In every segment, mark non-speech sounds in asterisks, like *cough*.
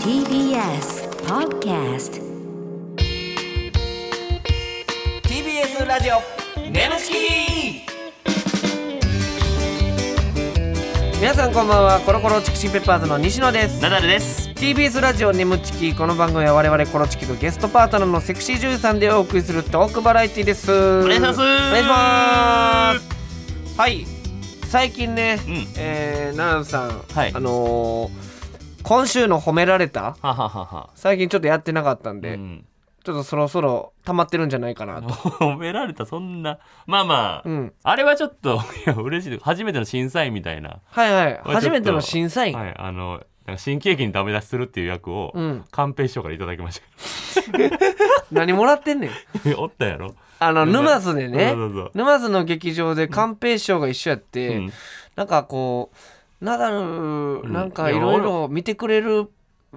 TBS Podcast TBS ラジオネムチキ皆さんこんばんはコロコロチキシーペッパーズの西野ですナダルです TBS ラジオ「ネムチキ」この番組は我々コロチキとゲストパートナーのセクシー女優さんでお送りするトークバラエティですお願いしますお願いしますはい最近ね、んえー、ナナさん、はいあのー今週の褒められたはははは最近ちょっとやってなかったんで、うん、ちょっとそろそろ溜まってるんじゃないかなと褒められたそんなまあまあ、うんあれはちょっといや嬉しい初めての審査員みたいなはいはいまあちょっと初めての審査員、はいあのなんか新喜劇にダメ出しするっていう役を、うん寛平師匠からいただきまし何もらってんねんた *laughs* けどおったやろあのうん沼津でねそうそうそう沼津の劇場で寛平師匠が一緒やって、うんなんかこうナダルんなんかいろいろ見てくれる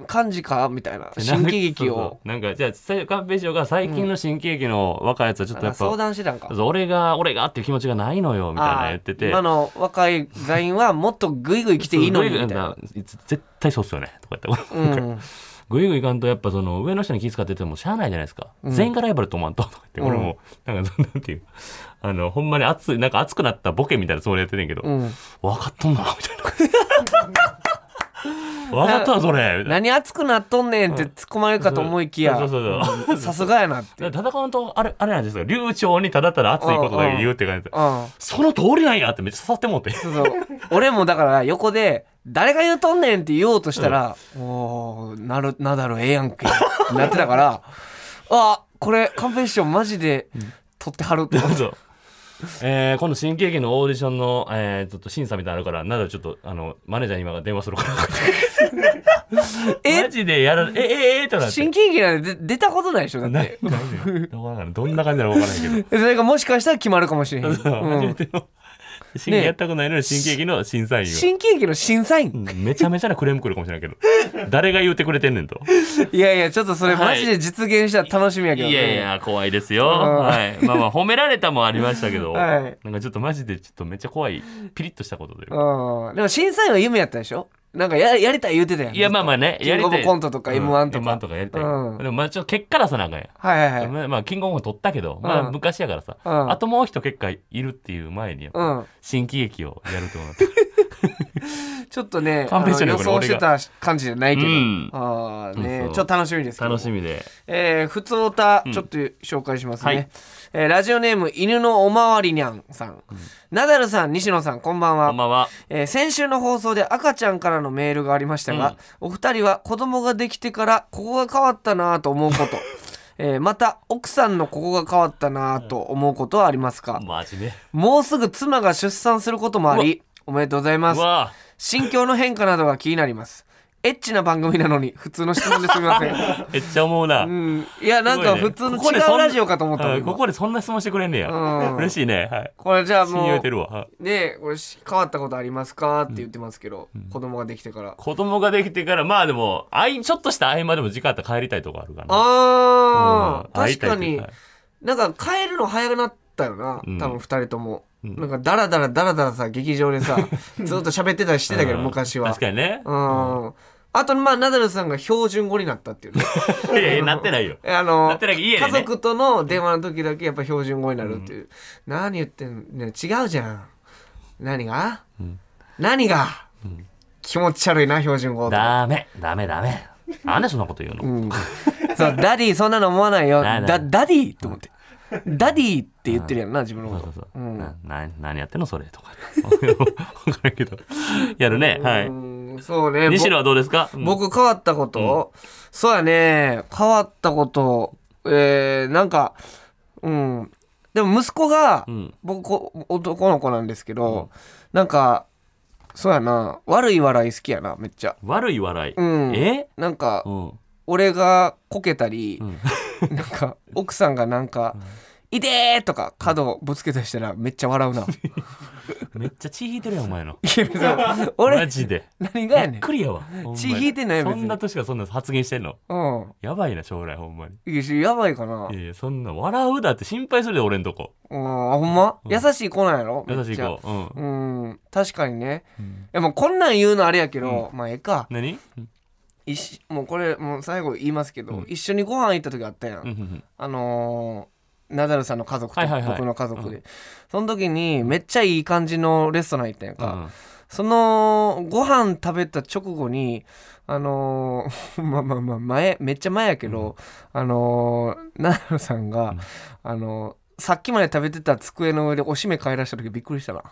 感じかみたいな新喜劇そうそをうなんかじゃあ最寛平師匠が最近の新喜劇の若いやつはちょっとやっぱ、相談してたんかそう俺が俺がっていう気持ちがないのよみたいな言ってあーて今の若い座員はもっとグイグイ来ていいのにみたいな、そうグイグイ絶対そうっすよねとか言ってうん、グイグイいかんとやっぱその上の人に気遣っててもしゃあないじゃないですか、全員がライバルと思わんととか言って俺もなんかそんなんていうあのほんまに熱いなんか熱くなったボケみたいなつもりやってんねんけど、うん、分かっとんなみたいな分かったわそれみたいな何熱くなっとんねんって突っ込まれるかと思いきやそうそうそうそうさすがやなって、だから戦うとあれあれなんですよ流暢にただただ熱いことだけ言うって感じでうん、その通りなんやってめっちゃ刺さってもうてそうそう俺もだから横で「誰が言うとんねん」って言おうとしたら「おーなるなだろええやんけ」なってたから *laughs* 「あこれカンペッションマジで取ってはる」と思っ *laughs* どうてぞ。えー、今度新喜劇のオーディションの、えー、ちょっと審査みたいなのあるからなのでちょっとあのマネージャーに今から電話するからえマジでやられええええとなって新喜劇なんで出出たことないでしょだっなていないどうなんかなどんな感じなのか分からないけそれがもしかしたら決まるかもしれへん、ど、初うめん、ての新喜劇やったことないのに新喜劇の審査員を、新喜劇の審査員うんめちゃめちゃなクレーム来るかもしれないけど誰が言うてくれてんねんといやいやちょっとそれマジで実現したら楽しみやいけど、やね、いや怖いですよ、んはい、まあまあ褒められたもありましたけど、はいなんかちょっとマジでちょっとめっちゃ怖いピリッとしたことというかうんでも審査員は夢やったでしょなんかややりたい言うてたやんいやまあまあねキングオブコントとか M1 とか M1 とかやりたい、うんでもまあちょっと結果出さなあかんやんはいはいはいまあまあ、キングオブコント取ったけど、まあ、うん昔やからさ、うんあともう一結果いるっていう前にやっぱうん新喜劇をやると思ってちょっとね、勘弁してあねの予これ想してた感じじゃないけど、うんああそうねそう、ちょっ *laughs* と楽しみですけど。楽しみでえー、普通おた、ちょっと紹介しますね。はいえーラジオネーム、犬のおまわりにゃんさん。ナダルさん、西野さん、こんばんは。こんばんはえー先週の放送で赤ちゃんからのメールがありましたが、お二人は子供ができてからここが変わったなぁと思 *laughs* うこと、えーまた奥さんのここが変わったなぁと思うことはありますか、マジでもうすぐ妻が出産することもありおめでとうございまうすわ心境の変化などが気になりますエッチな番組なのに普通の質問ですみま *laughs* せん、めっちゃ思うな、うん、いやなんか普通の違うラジオかと思ったもんここでそんなうんここでそんな今質問してくれんねや、うん嬉しいねはいこれじゃあ信も用てうるわはいねこれし変わったことありますかって言ってますけど、子供ができてから、子供ができてからまあでもあいちょっとした合間でも時間あったら帰りたいとこあるからなうんああ、会い確たいかというになんか帰るの早くなったよな、うん多分二人とも、んなんかダラダラダラダラさ劇場でさずっと喋ってたりしてたけど、うん昔は確かにねうん、あとまあナダルさんが標準語になったっていうねいやいやなってないよ *laughs* あのなってないけど家でね家族との電話の時だけやっぱ標準語になるっていう、何言ってんの違うじゃん何が、何が、気持ち悪いな標準語ダメダメダメなんでそんなこと言うの、うんそう、ダディそんなの思わないよ。ないだないダディと思って。ダディって言ってるやんな、自分のそうこそうとそ。う、うんなな何やってんのそれとか *laughs* 分からんけどやるねはういんそうね。ぼ西野はどうですかうん僕変わったこと、そうやね。変わったこと、えー、なんか、うん。でも息子が、うん僕こ男の子なんですけど、なんか、そうやな。悪い笑い好きやな、めっちゃ。悪い笑い、うんえなんかう、ん俺がこけたりう、ん *laughs* なんか奥さんがなんか、 「いてー!」とか角をぶつけたりしたらめっちゃ笑 *laughs* うないめっちゃ血引い *laughs* てるやんお前のや別にマ俺ジで何がびやっねんくりやわほんまに血引いてない別そにんな年がそんな発言してんのうんやばいな将来ほんまにいやしやばいかないやいやそんな笑うだって心配するで俺んとこうんあほんま、うん優しい子なんやろめ優っちしいゃ子うんうん確かにねいやもうこんなん言うのあれやけど、まあええか何一緒もうこれもう最後言いますけど、うん一緒にご飯行った時あったやん、うんうんうんあのーナダルさんの家族とはいはいはい僕の家族で、うその時にめっちゃいい感じのレストラン行ったやんうか、んそのご飯食べた直後にあのー *laughs* まあまあまあ前めっちゃ前やけど、あのーナダルさんが、うんあのーさっきまで食べてた机の上でおしめ帰らした時びっくりしたな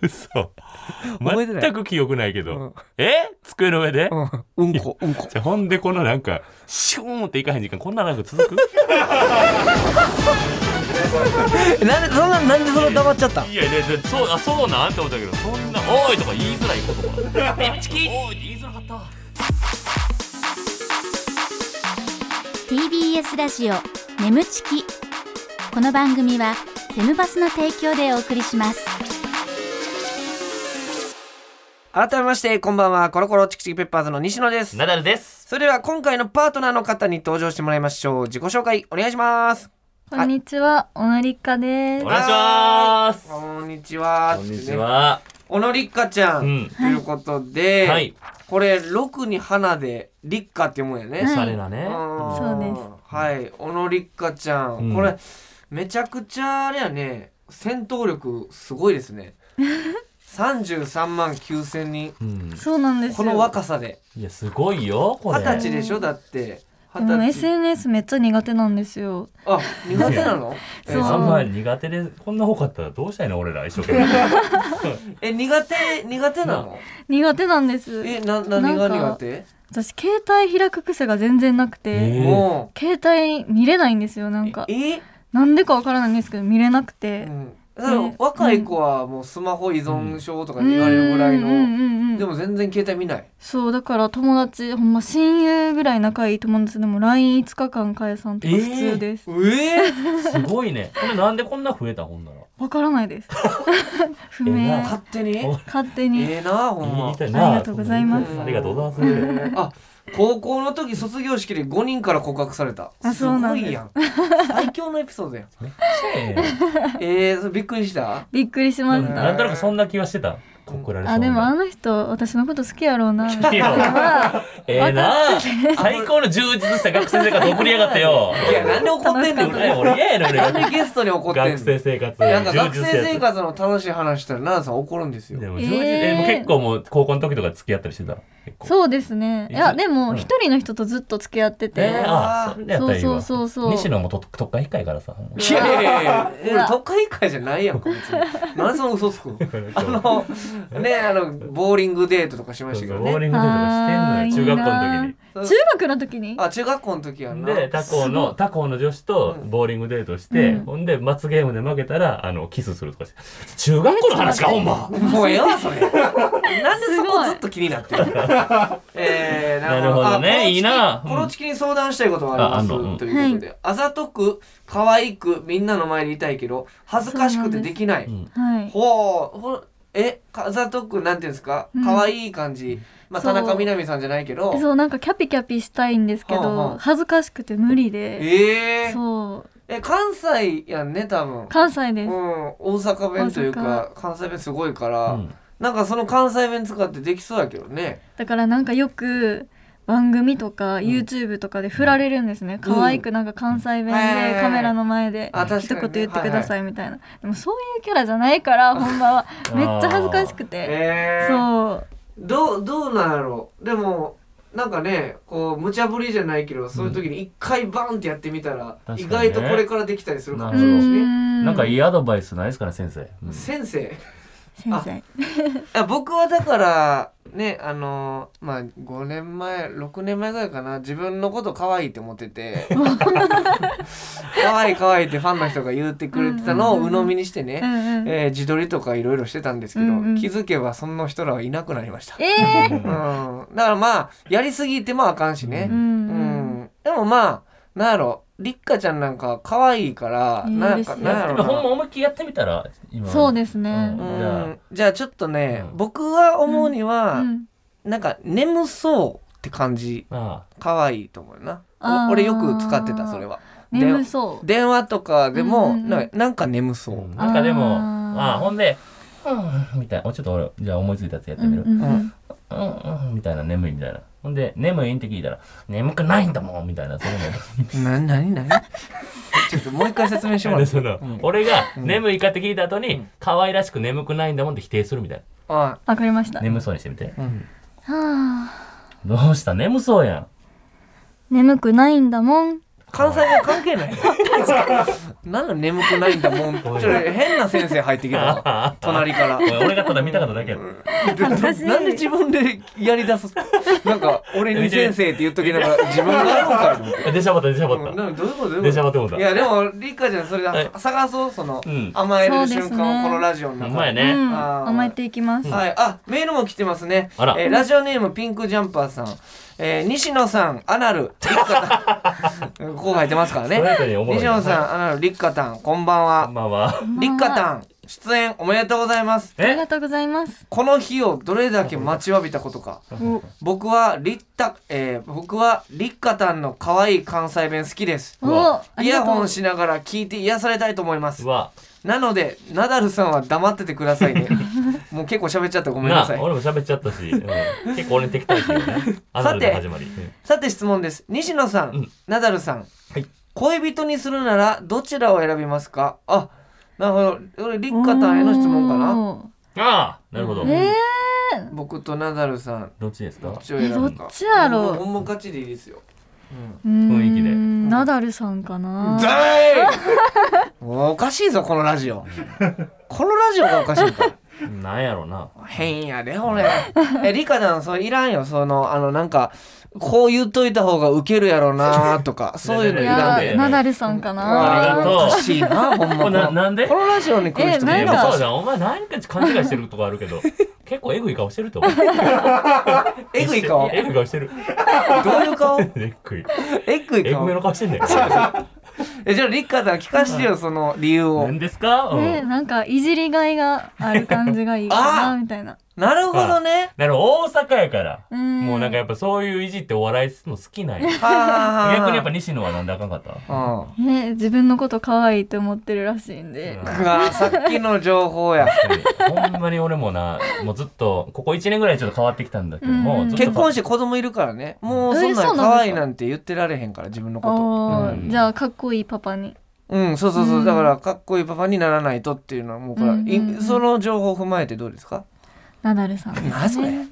嘘覚えてない全く記憶ないけど、うんえ机の上で、うんうんこうんこじゃあほんでこのなんかシューンっていかへん時間こんななんか続 *laughs* くえなんでそんななんでそんな黙っちゃったんいやいやいやそうあそうなんって思ったけどそんな「おい!」とか言いづらい言 *laughs* 葉エムチキおいって言いづらかった TBS ラジオ眠ちきこの番組はフェムバスの提供でお送りします改めましてこんばんはコロコロチキチキペッパーズの西野ですナダルですそれでは今回のパートナーの方に登場してもらいましょう自己紹介お願いしますこんにちは、オナリカでおす。願いしますこんにちはこんにちは、おのりっかちゃん、うんということで、はいこれ六に花でりっかって読むんやね、おしゃれなね、あーそうですはい小野りっかちゃん、うんこれめちゃくちゃあれやね戦闘力すごいです *laughs* ね33万9000人うんそうなんですよ。この若さでいやすごいよこ二れ十歳でしょだってでも二十歳 SNS めっちゃ苦手なんですよ。あ苦手なの *laughs* そうあんまり苦手でこんな多かったらどうしたいの俺ら一生懸命 *laughs* え苦手苦手なの苦手なんです。えな何が苦手私、携帯開く癖が全然なくえて、ーも携帯見れないんですよ、なんうか。えなんでかわからないんですけど、見れなくてう。んだから若い子はもうスマホ依存症とか言われるぐらいうんうのんうんでうんも全然携帯見ないそう、だから友達、ほんま親友ぐらい仲いい友達でも LINE5 日間解散とか普通です。ええすごいねこれなんでこんな増えたほんならわからな *laughs* いです。不え明な。勝手にお勝手えに。えなほんま言いたいなありがとうございますありがとうございますえーあ高校の時卒業式で5人から告白されたあすそうなごんですいやん最強のエピソードやんええそれびっくりしたびっくりし *laughs* なまんした。なんとなくそんな気はしてた。告られそうあでもあな。の人私のこと好きやろうなみたいいやなええなあ。最高の充実した学生生活送りやがってよ。いやなんで怒ってんねん俺俺俺嫌やねんなん俺。でゲストに怒ってん学生の生活。なんか学充実生やつ生。活の楽しい話したら奈々さん怒るんですよでもえ充ー実えもう結構もう高校の時とか付き合ったりしてた。結構そうですねいやでうもん一人の人とずっと付き合ってて、えーあそれやったらいいそわ。うそうそうそう西野もと特会一回から *laughs* さ。いやいやいやいやう俺わ都会会じゃないやんか別になんでその嘘 *laughs* つくのあのねあのボーリングデートとかしまそうしそたうけどボーリねングとかしてんのよ中学校あーの時いいなに。そう中学の時にあ中学校の時やんなで他校の他校の女子とボーリングデートして、うんほんで罰ゲームで負けたらあのキスするとかして中学校の話 *laughs* かほんまもうええわそれ。なんでそすこごいずっと気になってる。えー、なるほどねあコロチキいいなうんコロチキに相談したいことはありああんのうまんすということで、あざとく可愛くみんなの前でいたいけど恥ずかしくてできない。うんはいほうほえあざとくなんていうんですかうん可愛い感じ。まあそ田う中みな実さんじゃないけど。そうなんかキャピキャピしたいんですけど、はあはあ恥ずかしくて無理で、えー、そうえ関西やんね多分。関西でうん、す、大阪弁というか関西弁すごいから、うんなんかその関西弁使ってできそうやけどねだからなんかよく番組とか YouTube とかで振られるんですね、可愛くなんか関う西弁んでカメラの前であ確一かにね言言ってくださいみたいな、でもそういうキャラじゃないからほんまはめっちゃ恥ずかしくて、えー、そうどうどうなんやろうでもなんかねこう無茶ぶりじゃないけどそういう時に一回バンってやってみたら、確意かにね外とこれからできたりするかもしなれるほないどしうねんなんかいいアドバイスないですかね先生、うん先生先生あ僕はだからねあのーまあ5年前6年前ぐらいかな自分のこと可愛いって思って *laughs* て可愛い可愛いってファンの人が言ってくれてたのを鵜呑みにしてうね、んうん、ええー自撮りとかいろいろしてたんですけど、うんうん気づけばその人らはいなくなりました。ー、うんだからまあやりすぎてもあかんしね、ううんんでもまあなんやろりっかちゃんなんか可愛いから、いいなんでかすねなんやろほんまな思いっきりやってみたら今そうですね。まうじゃあんじゃあちょっとね、うん僕は思うには、うんなんか眠そうって感じあ可愛いと思うなあーお俺よく使ってたそれはで眠そう。電話とかでも、うんうんうんなんかなんか眠そあう、うんなんかでもあーああほんでうんみたいなおちょっと俺じゃあ思いついたやつやってうんみうるんううんんうんうんみたいな眠いみたいなほんで眠いんって聞いたら眠くないんだもんみたいなそれもななにな *laughs* にちょっともう一回説明してもでらって *laughs* そのうん俺が眠いかって聞いた後に、可愛らしく眠くないんだもんって否定するみたいあわかりました。なは眠そうにしてみてうんあ、どうした眠そうやん *laughs* 眠くないんだもん。関西弁関係ないなんだ眠くないんだもんちょっと変な先生入ってきた *laughs* わ隣からおい俺がただ見たかっただけや恥ずかしいなんで自分でやりだすなんか俺に先生って言っときながら自分がやろうかと思ってろでしゃばったでしゃばった、なんかどういうことどういうことでしゃばってもうたいやでもリカちゃんそれはい探そうその、うん甘えれる瞬そうですね間をこのラジオのほ中んでまやうね、ん、あー甘えていきます。はい、あメールも来てますね、あらえーラジオネームピンクジャンパーさん、えー西野さんアナルリッカタン *laughs* こう入ってますからねストレートにおもろい西野さんアナルリッカタンこんばんこはんばんはリッカタン出演おめでとうございますありえがとうございます。この日をどれだけ待ちわびたことかお僕はリッタ、えー僕はリッカタンの可愛い関西弁好きですうわお、あイりがヤとうホンしながら聞いて癒されたいと思いますうわなのでナダルさんは黙っててくだ *laughs* さいねもう結構喋っちゃったごめんななさい俺も喋っちゃったし、うん結構俺に敵対してるねアナルで始まりうんさて質問です西野さん、うんナダルさん、はい恋人にするならどちらを選びますかあなるほど俺リッカタンへの質問かなおーああなるほど、うんえ僕とナダルさんどっちですどかっちを選ぶえどかっちやろほんまほんま勝ちでいいですよ、うんー、雰雰囲気でナダルさんか *laughs* な。だいおかしいぞこのラジ *laughs* オこのラジオがおかしいからなんやろうな変やで俺 *laughs* えリカダンそれいらんよそのあのなんかこう言っといた方がウケるやろなとかそういうのいいやらんー、でナダルさんかありがな。とうおかしいなほんこまれななんでこのラジオに来る人えもいでるなもんかそうじゃんお前何か勘違いしてるとこあるけど結構えぐい顔してると思う *laughs* えぐい *laughs* 顔えぐい顔してるどういう顔えぐいえぐいえぐめの顔顔してんねん *laughs* えじゃあリカダン聞かしてよその理由を何ですか、うんえ、なんかいじりがいがある感じがいいかなみたいな。なるほどねだから大阪やから、うんもうなんかやっぱそういういじってお笑いするの好きなんやは *laughs* あはあはあ逆にやっぱ西野はなんであかんかったうんね、自分のこと可愛いって思ってるらしいんで。うわさっきの情報やほんまに俺もなもうずっとここ1年ぐらいちょっと変わってきたんだけども、うんずっと結婚して子供いるからねもうそんえなそうなんですか可愛いなんて言ってられへんから自分のこああ、とじゃあかっこいいパパに。うん、うんそうそうそううんだからかっこいいパパにならないとっていうのはもうこれはうんうんうんいその情報を踏まえてどうですかナダルさんですね。何すかね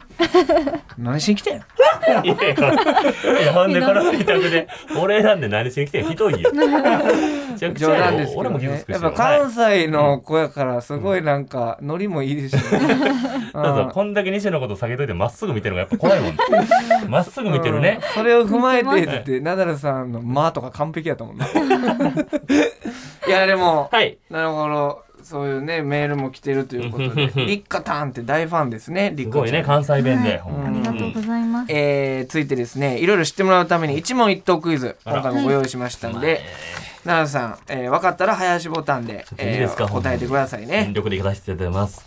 何しに来てんのいやいやいや、なんでこの二択で、 *laughs* 俺なんで何しに来てん、ひど *laughs* いよ。めちゃくちゃ冗や談ろですけ俺ども傷つねくしやよ。っぱ関西の子やからすごいなんかノリもいいですしねはいそうそう *laughs* うんこんだけ西野のこと下げといて、まっすぐ見てるのがやっぱ怖いもん。 *laughs* まっすぐ見てるね。うんそれを踏まえてってナダルさんの「間」とか完璧やと思うな *laughs* いやでもはい。なるほどそういうねメールも来てるということで *laughs* リッカタンって大ファンですねリすッごカいちゃね、ん、関西弁で。ほんあまりにがとうございます。えー、ついてですねいろいろ知ってもらうために一問一答クイズあら今回もご用意しましたんで奈良さん、えー、分かったら林ボタンでょっといいですかえーほんま答えてください全ね力で行かさせていただきます。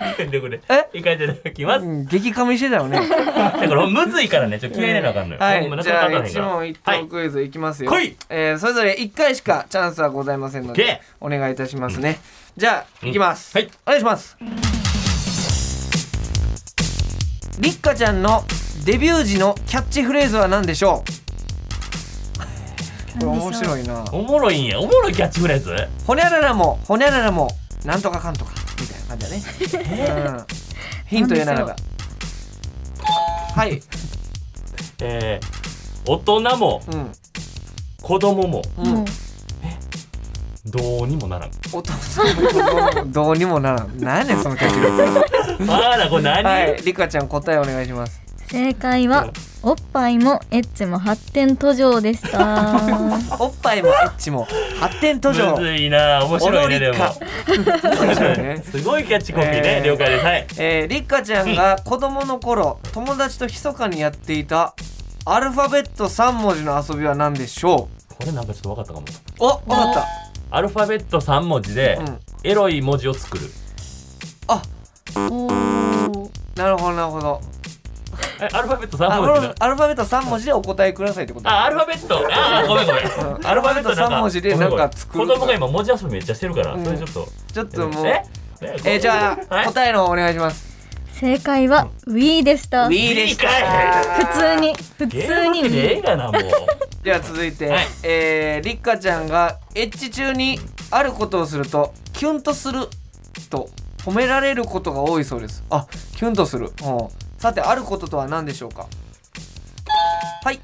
え全力で。え行かせていただきますう。ん激かみしてたよねだから、むずいからね、ちょっと気合い入れなあかんのよ。はほんまいなじかなゃかあ当たらへん一から問一は答いクイズいきますよ、来いえーそれぞれ一回しかチャンスはございませんのオッケでお願いいたしますねじゃあいきます、はいお願いしますりっかちゃんのデビュー時のキャッチフレーズは何でしょうこれ面白いなおもろいんや、おもろいキャッチフレーズ。ほにゃららもほにゃららもなんとかかんとかみたいな感じだね、うん、ヒント言えながらはいえー大人もうん子供もうん、もうどうにもなら *laughs* ん。お父さんもどうにもならん何やねんそのキャッチフレーズあら、これ何、はい、リカちゃん答えお願いします。正解はおっぱいもエッチも発展途上でした。 *laughs* おっぱいもエッチも発展途上む。ずいな面白いねでも面白い *laughs* ねすごいキャッチコピーね、えー了解ですはいえー、リカちゃんが子供の頃友達と密かにやっていたアルファベット3文字の遊びは何でしょこれなんかちょっと分かったかもうおわかったアルファベット3文字でうんエロい文字を作るおおなるほどなるほどえアルファベットあ3こ文字れだアルファベット3文字でお答えくださいってことあアルファベットあーごめんごめんうんアルファベット3文字でなんか作ごめるんごめん子供が今文字遊びめっちゃしてるから、うんそれちょっとちょっともうええーじゃあはい答えの方お願いします正解は Wii でしたウィーでしたい普通に普ゲー通ムにって Wii ええがなもうでは続いて、はいえー、りっかちゃんがエッチ中にあることをするとキュンとすると褒められることが多いそうですあキュンとする、うん、さてあることとは何でしょうかはい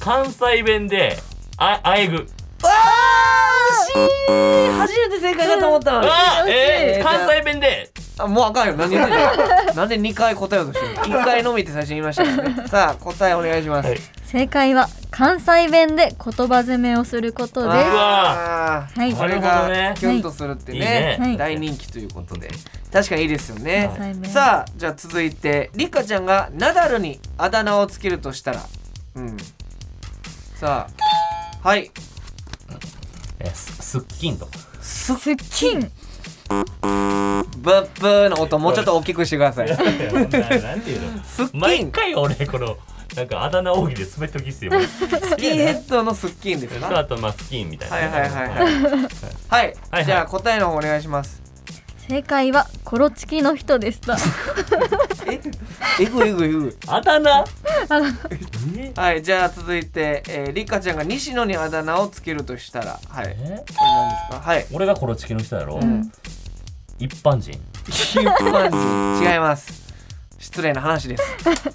関西弁でああえぐわあ惜しい初めて正解だと思ったのにあえー、惜しい関西弁であもうあかんよ何言ってんのなんで2回答えようとしてるの1回のみって最初に言いましたからねさあ答えお願いします、はい正解は関西弁で言葉攻めをすることですわあーはいこなるれほどがねキュンとするってね,、はいいいね大人気ということで確かにいいですよね、関西弁さあじゃあ続いてりかちゃんがナダルにあだ名をつけるとしたらうんさあはいえーすすっきんとすすっきんブッブーの音もうちょっと大きくしてく *laughs* ださいなんていうのすっき *laughs* ん毎回俺このなんかあだ名大喜利で滑ってる気してよススキンヘッドのすっきんですあかとまあスキンみたいなはいはいはいはいはい、はいじゃあ答えの方お願いします正解はコロチキの人 *laughs* でしたええぐいえぐいえぐいあだ名えはいじゃあ続いて、えー、りかちゃんが西野にあだ名をつけるとしたらはいこれ何でえすかはい俺がコロチキの人やろ、ん一般人一般人違います失礼な話です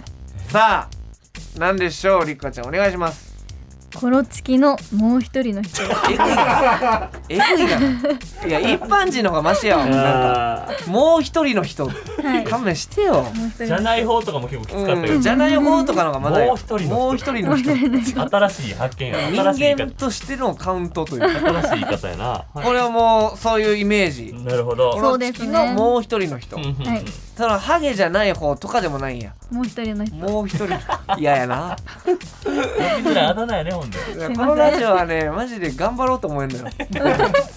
*laughs* さあ何でしょうりっかちゃんお願いしますコロチキのもう一人の人えぐいがえぐいがいや一般人の方がマシやわなんかもう一人の人はい勘弁してよ、もう一じゃ人ない方とかも結構きつかったけど、うん、じゃない方とかの方がまだよもう一人の人もう一人の人新しい発見や人新しい言い間方としてのカウントというか新しい言い方やな、はこれはもうそういうイメージい、なるほど *laughs* そうでこすねの月のもう一人の人、うんうんうんはいそのハゲじゃない方とかでもないんやもう一人の人もう一人嫌やな呼びづらいあだ名やねほんでいやこのラジオはねマジで頑張ろうと思えんの *laughs* よ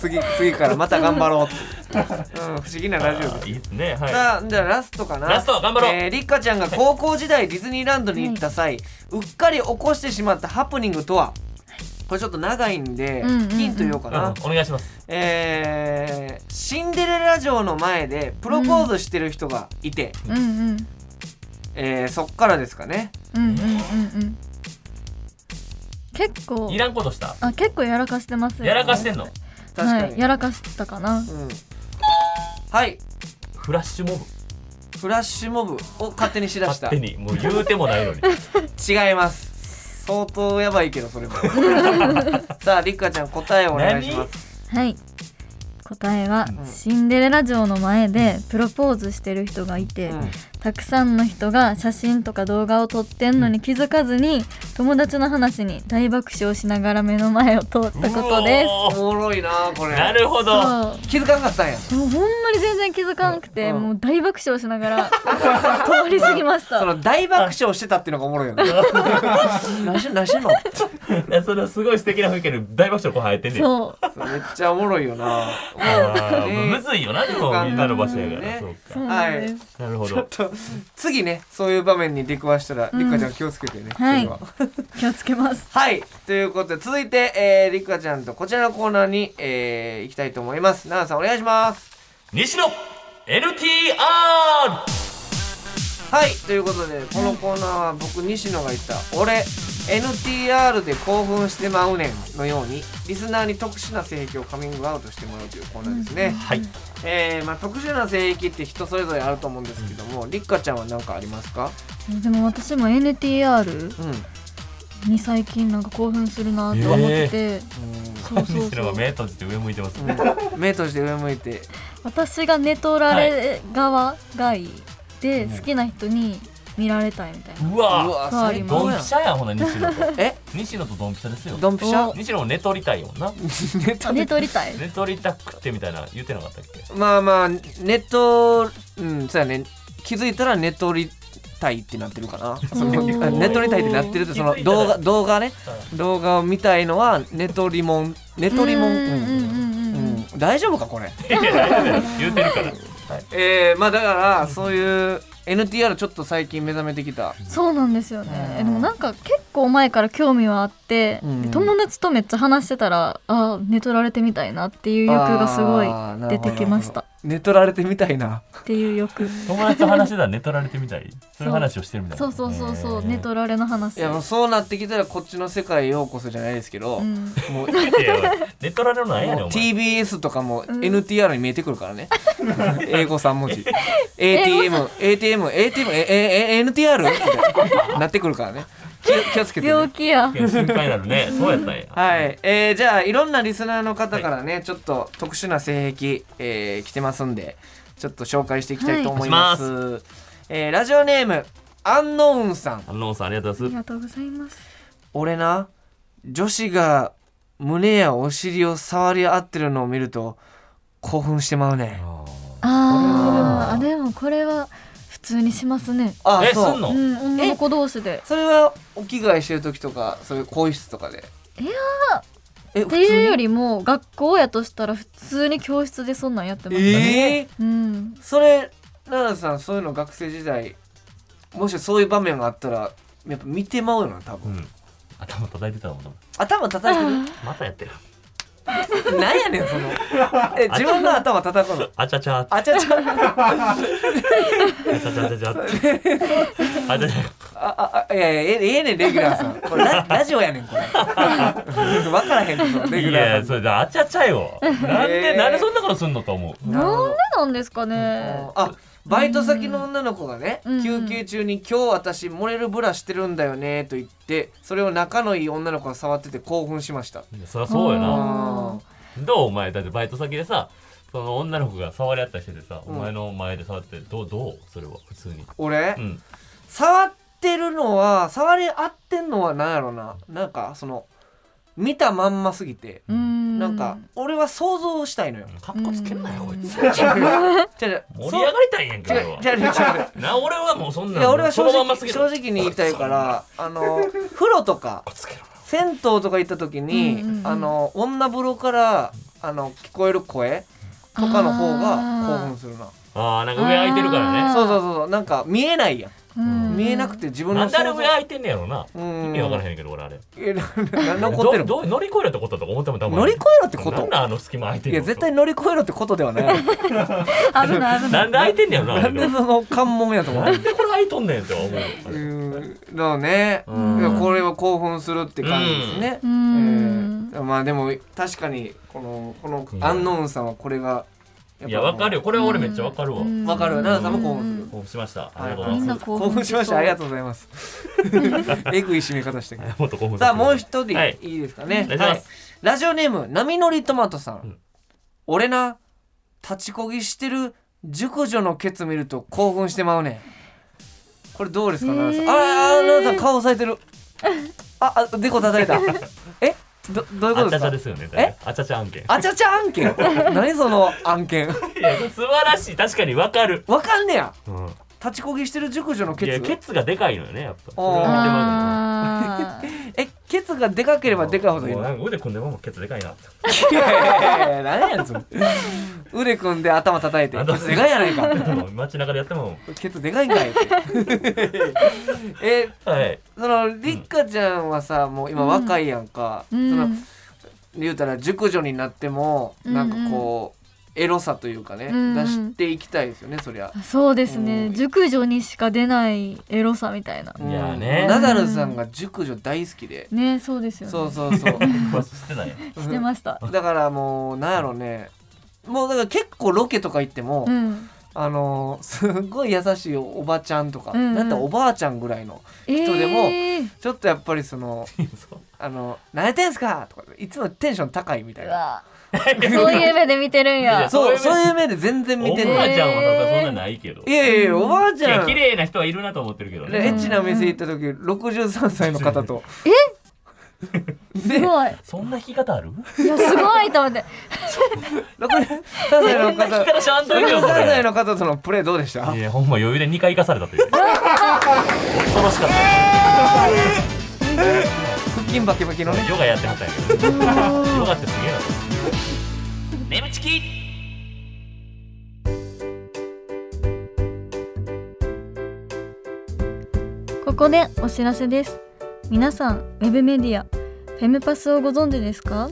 次次からまた頑張ろうって、うん、不思議なラジオあでーすいいですねはさあじゃあラストかなラスト頑張ろうえー、りっかちゃんが高校時代ディズニーランドに行った際、うっかり起こしてしまったハプニングとはこれちょっと長いんで、うんうんうんヒント言おうかい、うな、んお願いしますえー、シンデレラ城の前でプロポーズしてる人がいて、うんうんえー、そっからですかねうんうんうんうん結構いらんことしたあ結構やらかしてますよねやらかしてんの確かに、はいやらかしたかなうん、はいフラッシュモブフラッシュモブを勝手にしだした勝手にもう言うてもないのに違います相当やばいけどそ *laughs* れもさありっかちゃん答えをお願いしますはい答えは、うんシンデレラ城の前でプロポーズしてる人がいて、うんたくさんの人が写真とか動画を撮ってんのに気づかずに友達の話に大爆笑しながら目の前を通ったことですうおおーもろいなこれなるほどそ気づかなかったんやうもうほんまに全然気づかなくて、うんもう大爆笑しなが *laughs* ら通り過ぎましそたの大爆笑してたっていうのがおもろいよ *laughs* ね何してんの何してんのいやそのすごい素敵な風景で大爆笑こう生えてんねんそうそうめっちゃおもろいよあなねーむずいよなでもみんなの場所やから、ねそうそうかなんです、なるほちょっどと次ねそういう場面に出くわしたら、んりっかちゃん気をつけてね、はいそれは気をつけますはいということで続いて、えー、りっかちゃんとこちらのコーナーに、えー、行きたいと思います奈々さんお願いします西野 NTR はいということでこのコーナーは僕西野が言った「俺 NTR で興奮してまうねん」のようにリスナーに特殊な性癖をカミングアウトしてもらうというコーナーですね、はいえーまあ、特殊な性癖って人それぞれあると思うんですけども、りっかちゃんは何かありますかでも私も NTR うんに最近なんか興奮するなと思ってて、そうそ西う野そがう目閉じて上向いてますね、目閉じて上向いて私が寝取られ側がいいで、好きな人に見られたいみたいな、ううわわ変わ最りド高ンやピんシャやほな西野とえ西野とドンピシャですよドンピシャお西野も寝取りたいもんな *laughs* ネタ寝取りたい寝取りたくてみたいな言ってなかったっけまあまあネットうんそうやね気づいたらネットりたいってなってるかなそのあ寝取りたいってなってるってその動画動画ね動画を見たいのは寝取りもん寝取りもんうんうんうんうんうんうん大丈夫かこれ言うてるからえー、まあだからそういう NTR ちょっと最近目覚めてきた *laughs* そうなんですよねえでもなんか結構前から興味はあって、うんで友達とめっちゃ話してたらあー寝取られてみたいなっていう欲がすごあーないる出ほどてきました寝取られてみたいなっていう欲友達と話してたら寝取られてみたいそういう話をしてるみたいなそうそうそうそうへー寝取られの話いやもうそうなってきたらこっちの世界へようこそじゃないですけど、うんもういやいや寝取られるのなんやねんもうお前 TBS とかもん NTR に見えてくるから *laughs* ね英語3文字 ATMATMATM えええ NTR みたいななってくるからね気を気をつけて、病ね、気やいや心配になるねそうやったんやはい、えー、じゃあいろんなリスナーの方からね、ちょっと特殊な性癖、えー、来てますんでちょっと紹介していきたいと思います,、えーラジオネームアンノーンさん安納さんありがとうございますありがとうございます俺な女子が胸やお尻を触り合ってるのを見ると興奮してまうねああーあでもこれは普通にしますねあーえすんうのん女の子同士でそれはお着替えしてる時とかそういう更衣室とかでいやえっていうよりりも学校やとしたら普通に教室でそんなんやってますね、ええうんそれ奈々さんそういうの学生時代もしそういう場面があったらやっぱ見てまうよな多う分、ん頭叩いてたもん頭叩いまたやってるてるなんやねんそのえ自分の頭叩くのあちゃちゃああちゃちゃちゃちゃあちゃちゃあちゃちゃああいやいやええええねんレギュラーさんこれララジオやねんこれ *laughs* 分からへんのレいギュラやーそさんれであちゃちゃよなんえでーなんでそんなことすんのと思うなるほなどんでなんですかねあバイト先の女の子がね、うん休憩中に「今日私漏れるブラしてるんだよね」と言ってそれを仲のいい女の子が触ってて興奮しましたいやそりゃそうよなあどうお前だってバイト先でさその女の子が触り合ったりしててさ、うんお前の前で触ってどうどうそれは普通に俺、うん触ってるのは触り合ってんのは何やろななんかその見たまんますぎて、うんなんか俺は想像したいのよ、かっこつけんなよこいつ違う違う盛り上がりたいんやんか違俺うは違う違う違うな俺はもうそんいなや俺はそ正のまんま過直ぎ正直に言いたいからあの風呂とかつけろ銭湯とか行った時に、うんうんうんあの女風呂からあの聞こえる声とかの方が興奮するなあーなんか上開いてるからあねーそうそうそうそうなんか見えないやん、うん見えなくて自分なのんであれ想上像開いてんねやろなうん意味わからへんけど俺あれえななんで怒ってどるのどう乗り越えろってことだと思っても多分乗り越えろってこなんとなんあの隙間開いていんのや絶対乗り越えろってことで *laughs* はない危 *laughs* ない危ないなんで開いてんねやろなあなれんででそもの関門やと思なうんでこれ開いとんねんって思うあうれーんだからねうんいやこれは興奮するって感じですね、うんえーまあでも確かにこのこのうんアンノーンさんはこれがやっぱいやわかるよこれは俺めっちゃわかるわうんわかる奈々さんも興奮する興奮しましたあはりがとういござみいんまなす興興奮奮しましたありがととうございますえぐい締め方してくれもっと興奮するさあ *laughs* もう一人はいいいですかねお願いしますラジオネーム波乗りトマトさん、うん俺な立ちこぎしてる熟女のケツ見ると興奮してまうねんこれどうですか奈々さん、ああ奈々さん顔押さえてるああでこ叩いたえどどういうこあちとでゃちゃすかですよね。えあちゃちゃ案件。あちゃちゃ案件何その案件いや素晴らしい。確かにわかる。わかんねやうん、立ちこぎしてる熟女のケいやツケツがでかいのよねやっぱ。おーそれは見てまうあーえケツがでかけけどればでかいほどいいもうのなんか腕組んでもケツでかいなって。いやいやいやいや何やねんそれ *laughs* 腕組んで頭叩いてあケツでかいやないか街中でやっても。ケツでかいんかいって *laughs* えはい。そのりっかちゃんはさもう今若いやんか、う *laughs* んその言うたら熟女になってもなんかこう、エロさというかね、うんうん出していきたいですよねそりゃ。そうですうねん熟女にしか出ないエロさみたいなやーねナダルさんが熟女大好きで、ねそうですよねそうそう *laughs* そう詳ししてない。してましただからもうなんやろねもうだから結構ロケとか行っても、うんあのーすごい優しいおばちゃんとか、うんうんなんだおばあちゃんぐらいの人でもうちょっとやっぱりその「あの何やってんすか!」とかいつもテンション高いみたいなわそういう目で見てるんやそうそそうういいう目で全然見ておばなあい。ちゃんはさそんなないけど。いやいやいやおばあちいゃやん綺ね麗な人はいるなと思ってるけどエね。ッチな店行った時63歳の方とすごいそんな弾き方ある？いやすごいと思って63歳弾の方 *laughs* き方しゃんと63よ。歳の方とのプレーどうでした *laughs* いやほんま余裕で二回生かされたという。恐ろしかった腹筋バキバキのねヨガやってはったんやけどヨガってすげえなと思って眠ちきここでお知らせです皆さんウェブメディアフェムパスをご存知ですか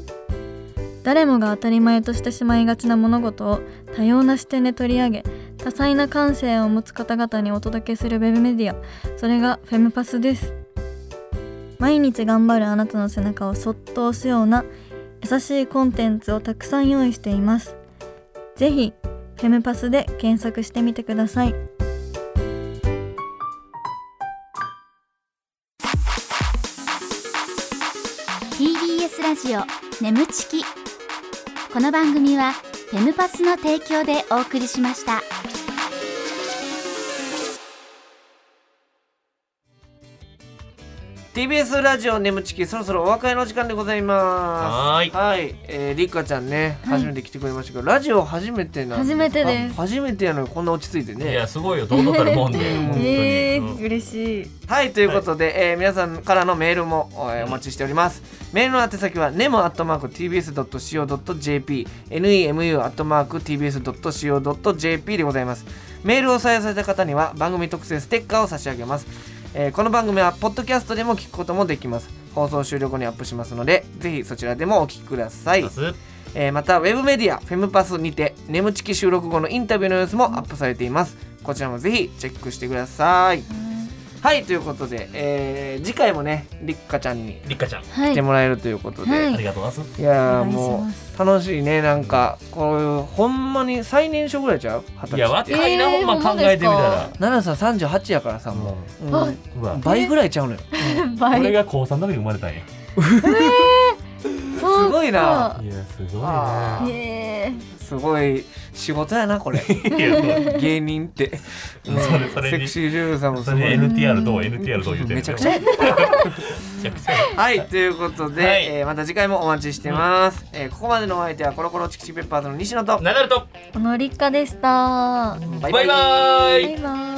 誰もが当たり前としてしまいがちな物事を多様な視点で取り上げ多彩な感性を持つ方々にお届けするウェブメディアそれがフェムパスです毎日頑張るあなたの背中をそっと押すような優しいコンテンツをたくさん用意していますぜひフェムパスで検索してみてくださいー TBS ラジオ眠ちきこの番組はフェムパスの提供でお送りしましたうん TBS ラジオ眠ちきそろそろお別れの時間でございまはーいすはいえーりっかちゃんねはい初めて来てくれましたけどラジオ初めてなん初めてですあ初めてやのにこんな落ち着いていねやすごいよ堂々たるもんで本当に、えうんー、嬉しいはいということで、えー皆さんからのメールも、えーお待ちしておりますメールの宛先は nemo.tbs.co.jp nemu.tbs.co.jp でございますメールを採用された方には番組特製ステッカーを差し上げます、えーこの番組はポッドキャストでも聞くこともできます放送終了後にアップしますのでぜひそちらでもお聞きくださいえーまたウェブメディアフェムパスにて眠ちき収録後のインタビューの様子もアップされていますこちらもぜひチェックしてくださいはいということで、えー次回もねりっかちゃんにりっかちゃんは来ていもらえるということで、、はいいありがとうございますやーお願いしもまう楽しいねなんかこういうほんまに最年少ぐらいちゃう二十いや歳若いな、えーほんま考えてみたら奈良さん38やからさもう、あうんうわ倍ぐらいちゃうの *laughs* よ、これ倍が高3の時に生まれたんやそうすごいなかいやすごいなあーへえすごい仕事やなこ *laughs* いれやそう芸人って、うんそれそれセクシー女優さんもすそごいれ NTR どう NTR どう言うてんのめちゃくちゃやめちゃくちゃはいということで、はいえーまた次回もお待ちしてます、えーここまでのお相手はコロコロチキチキペッパーズの西野とナダルと小野立花でしたバイバーイバイバイ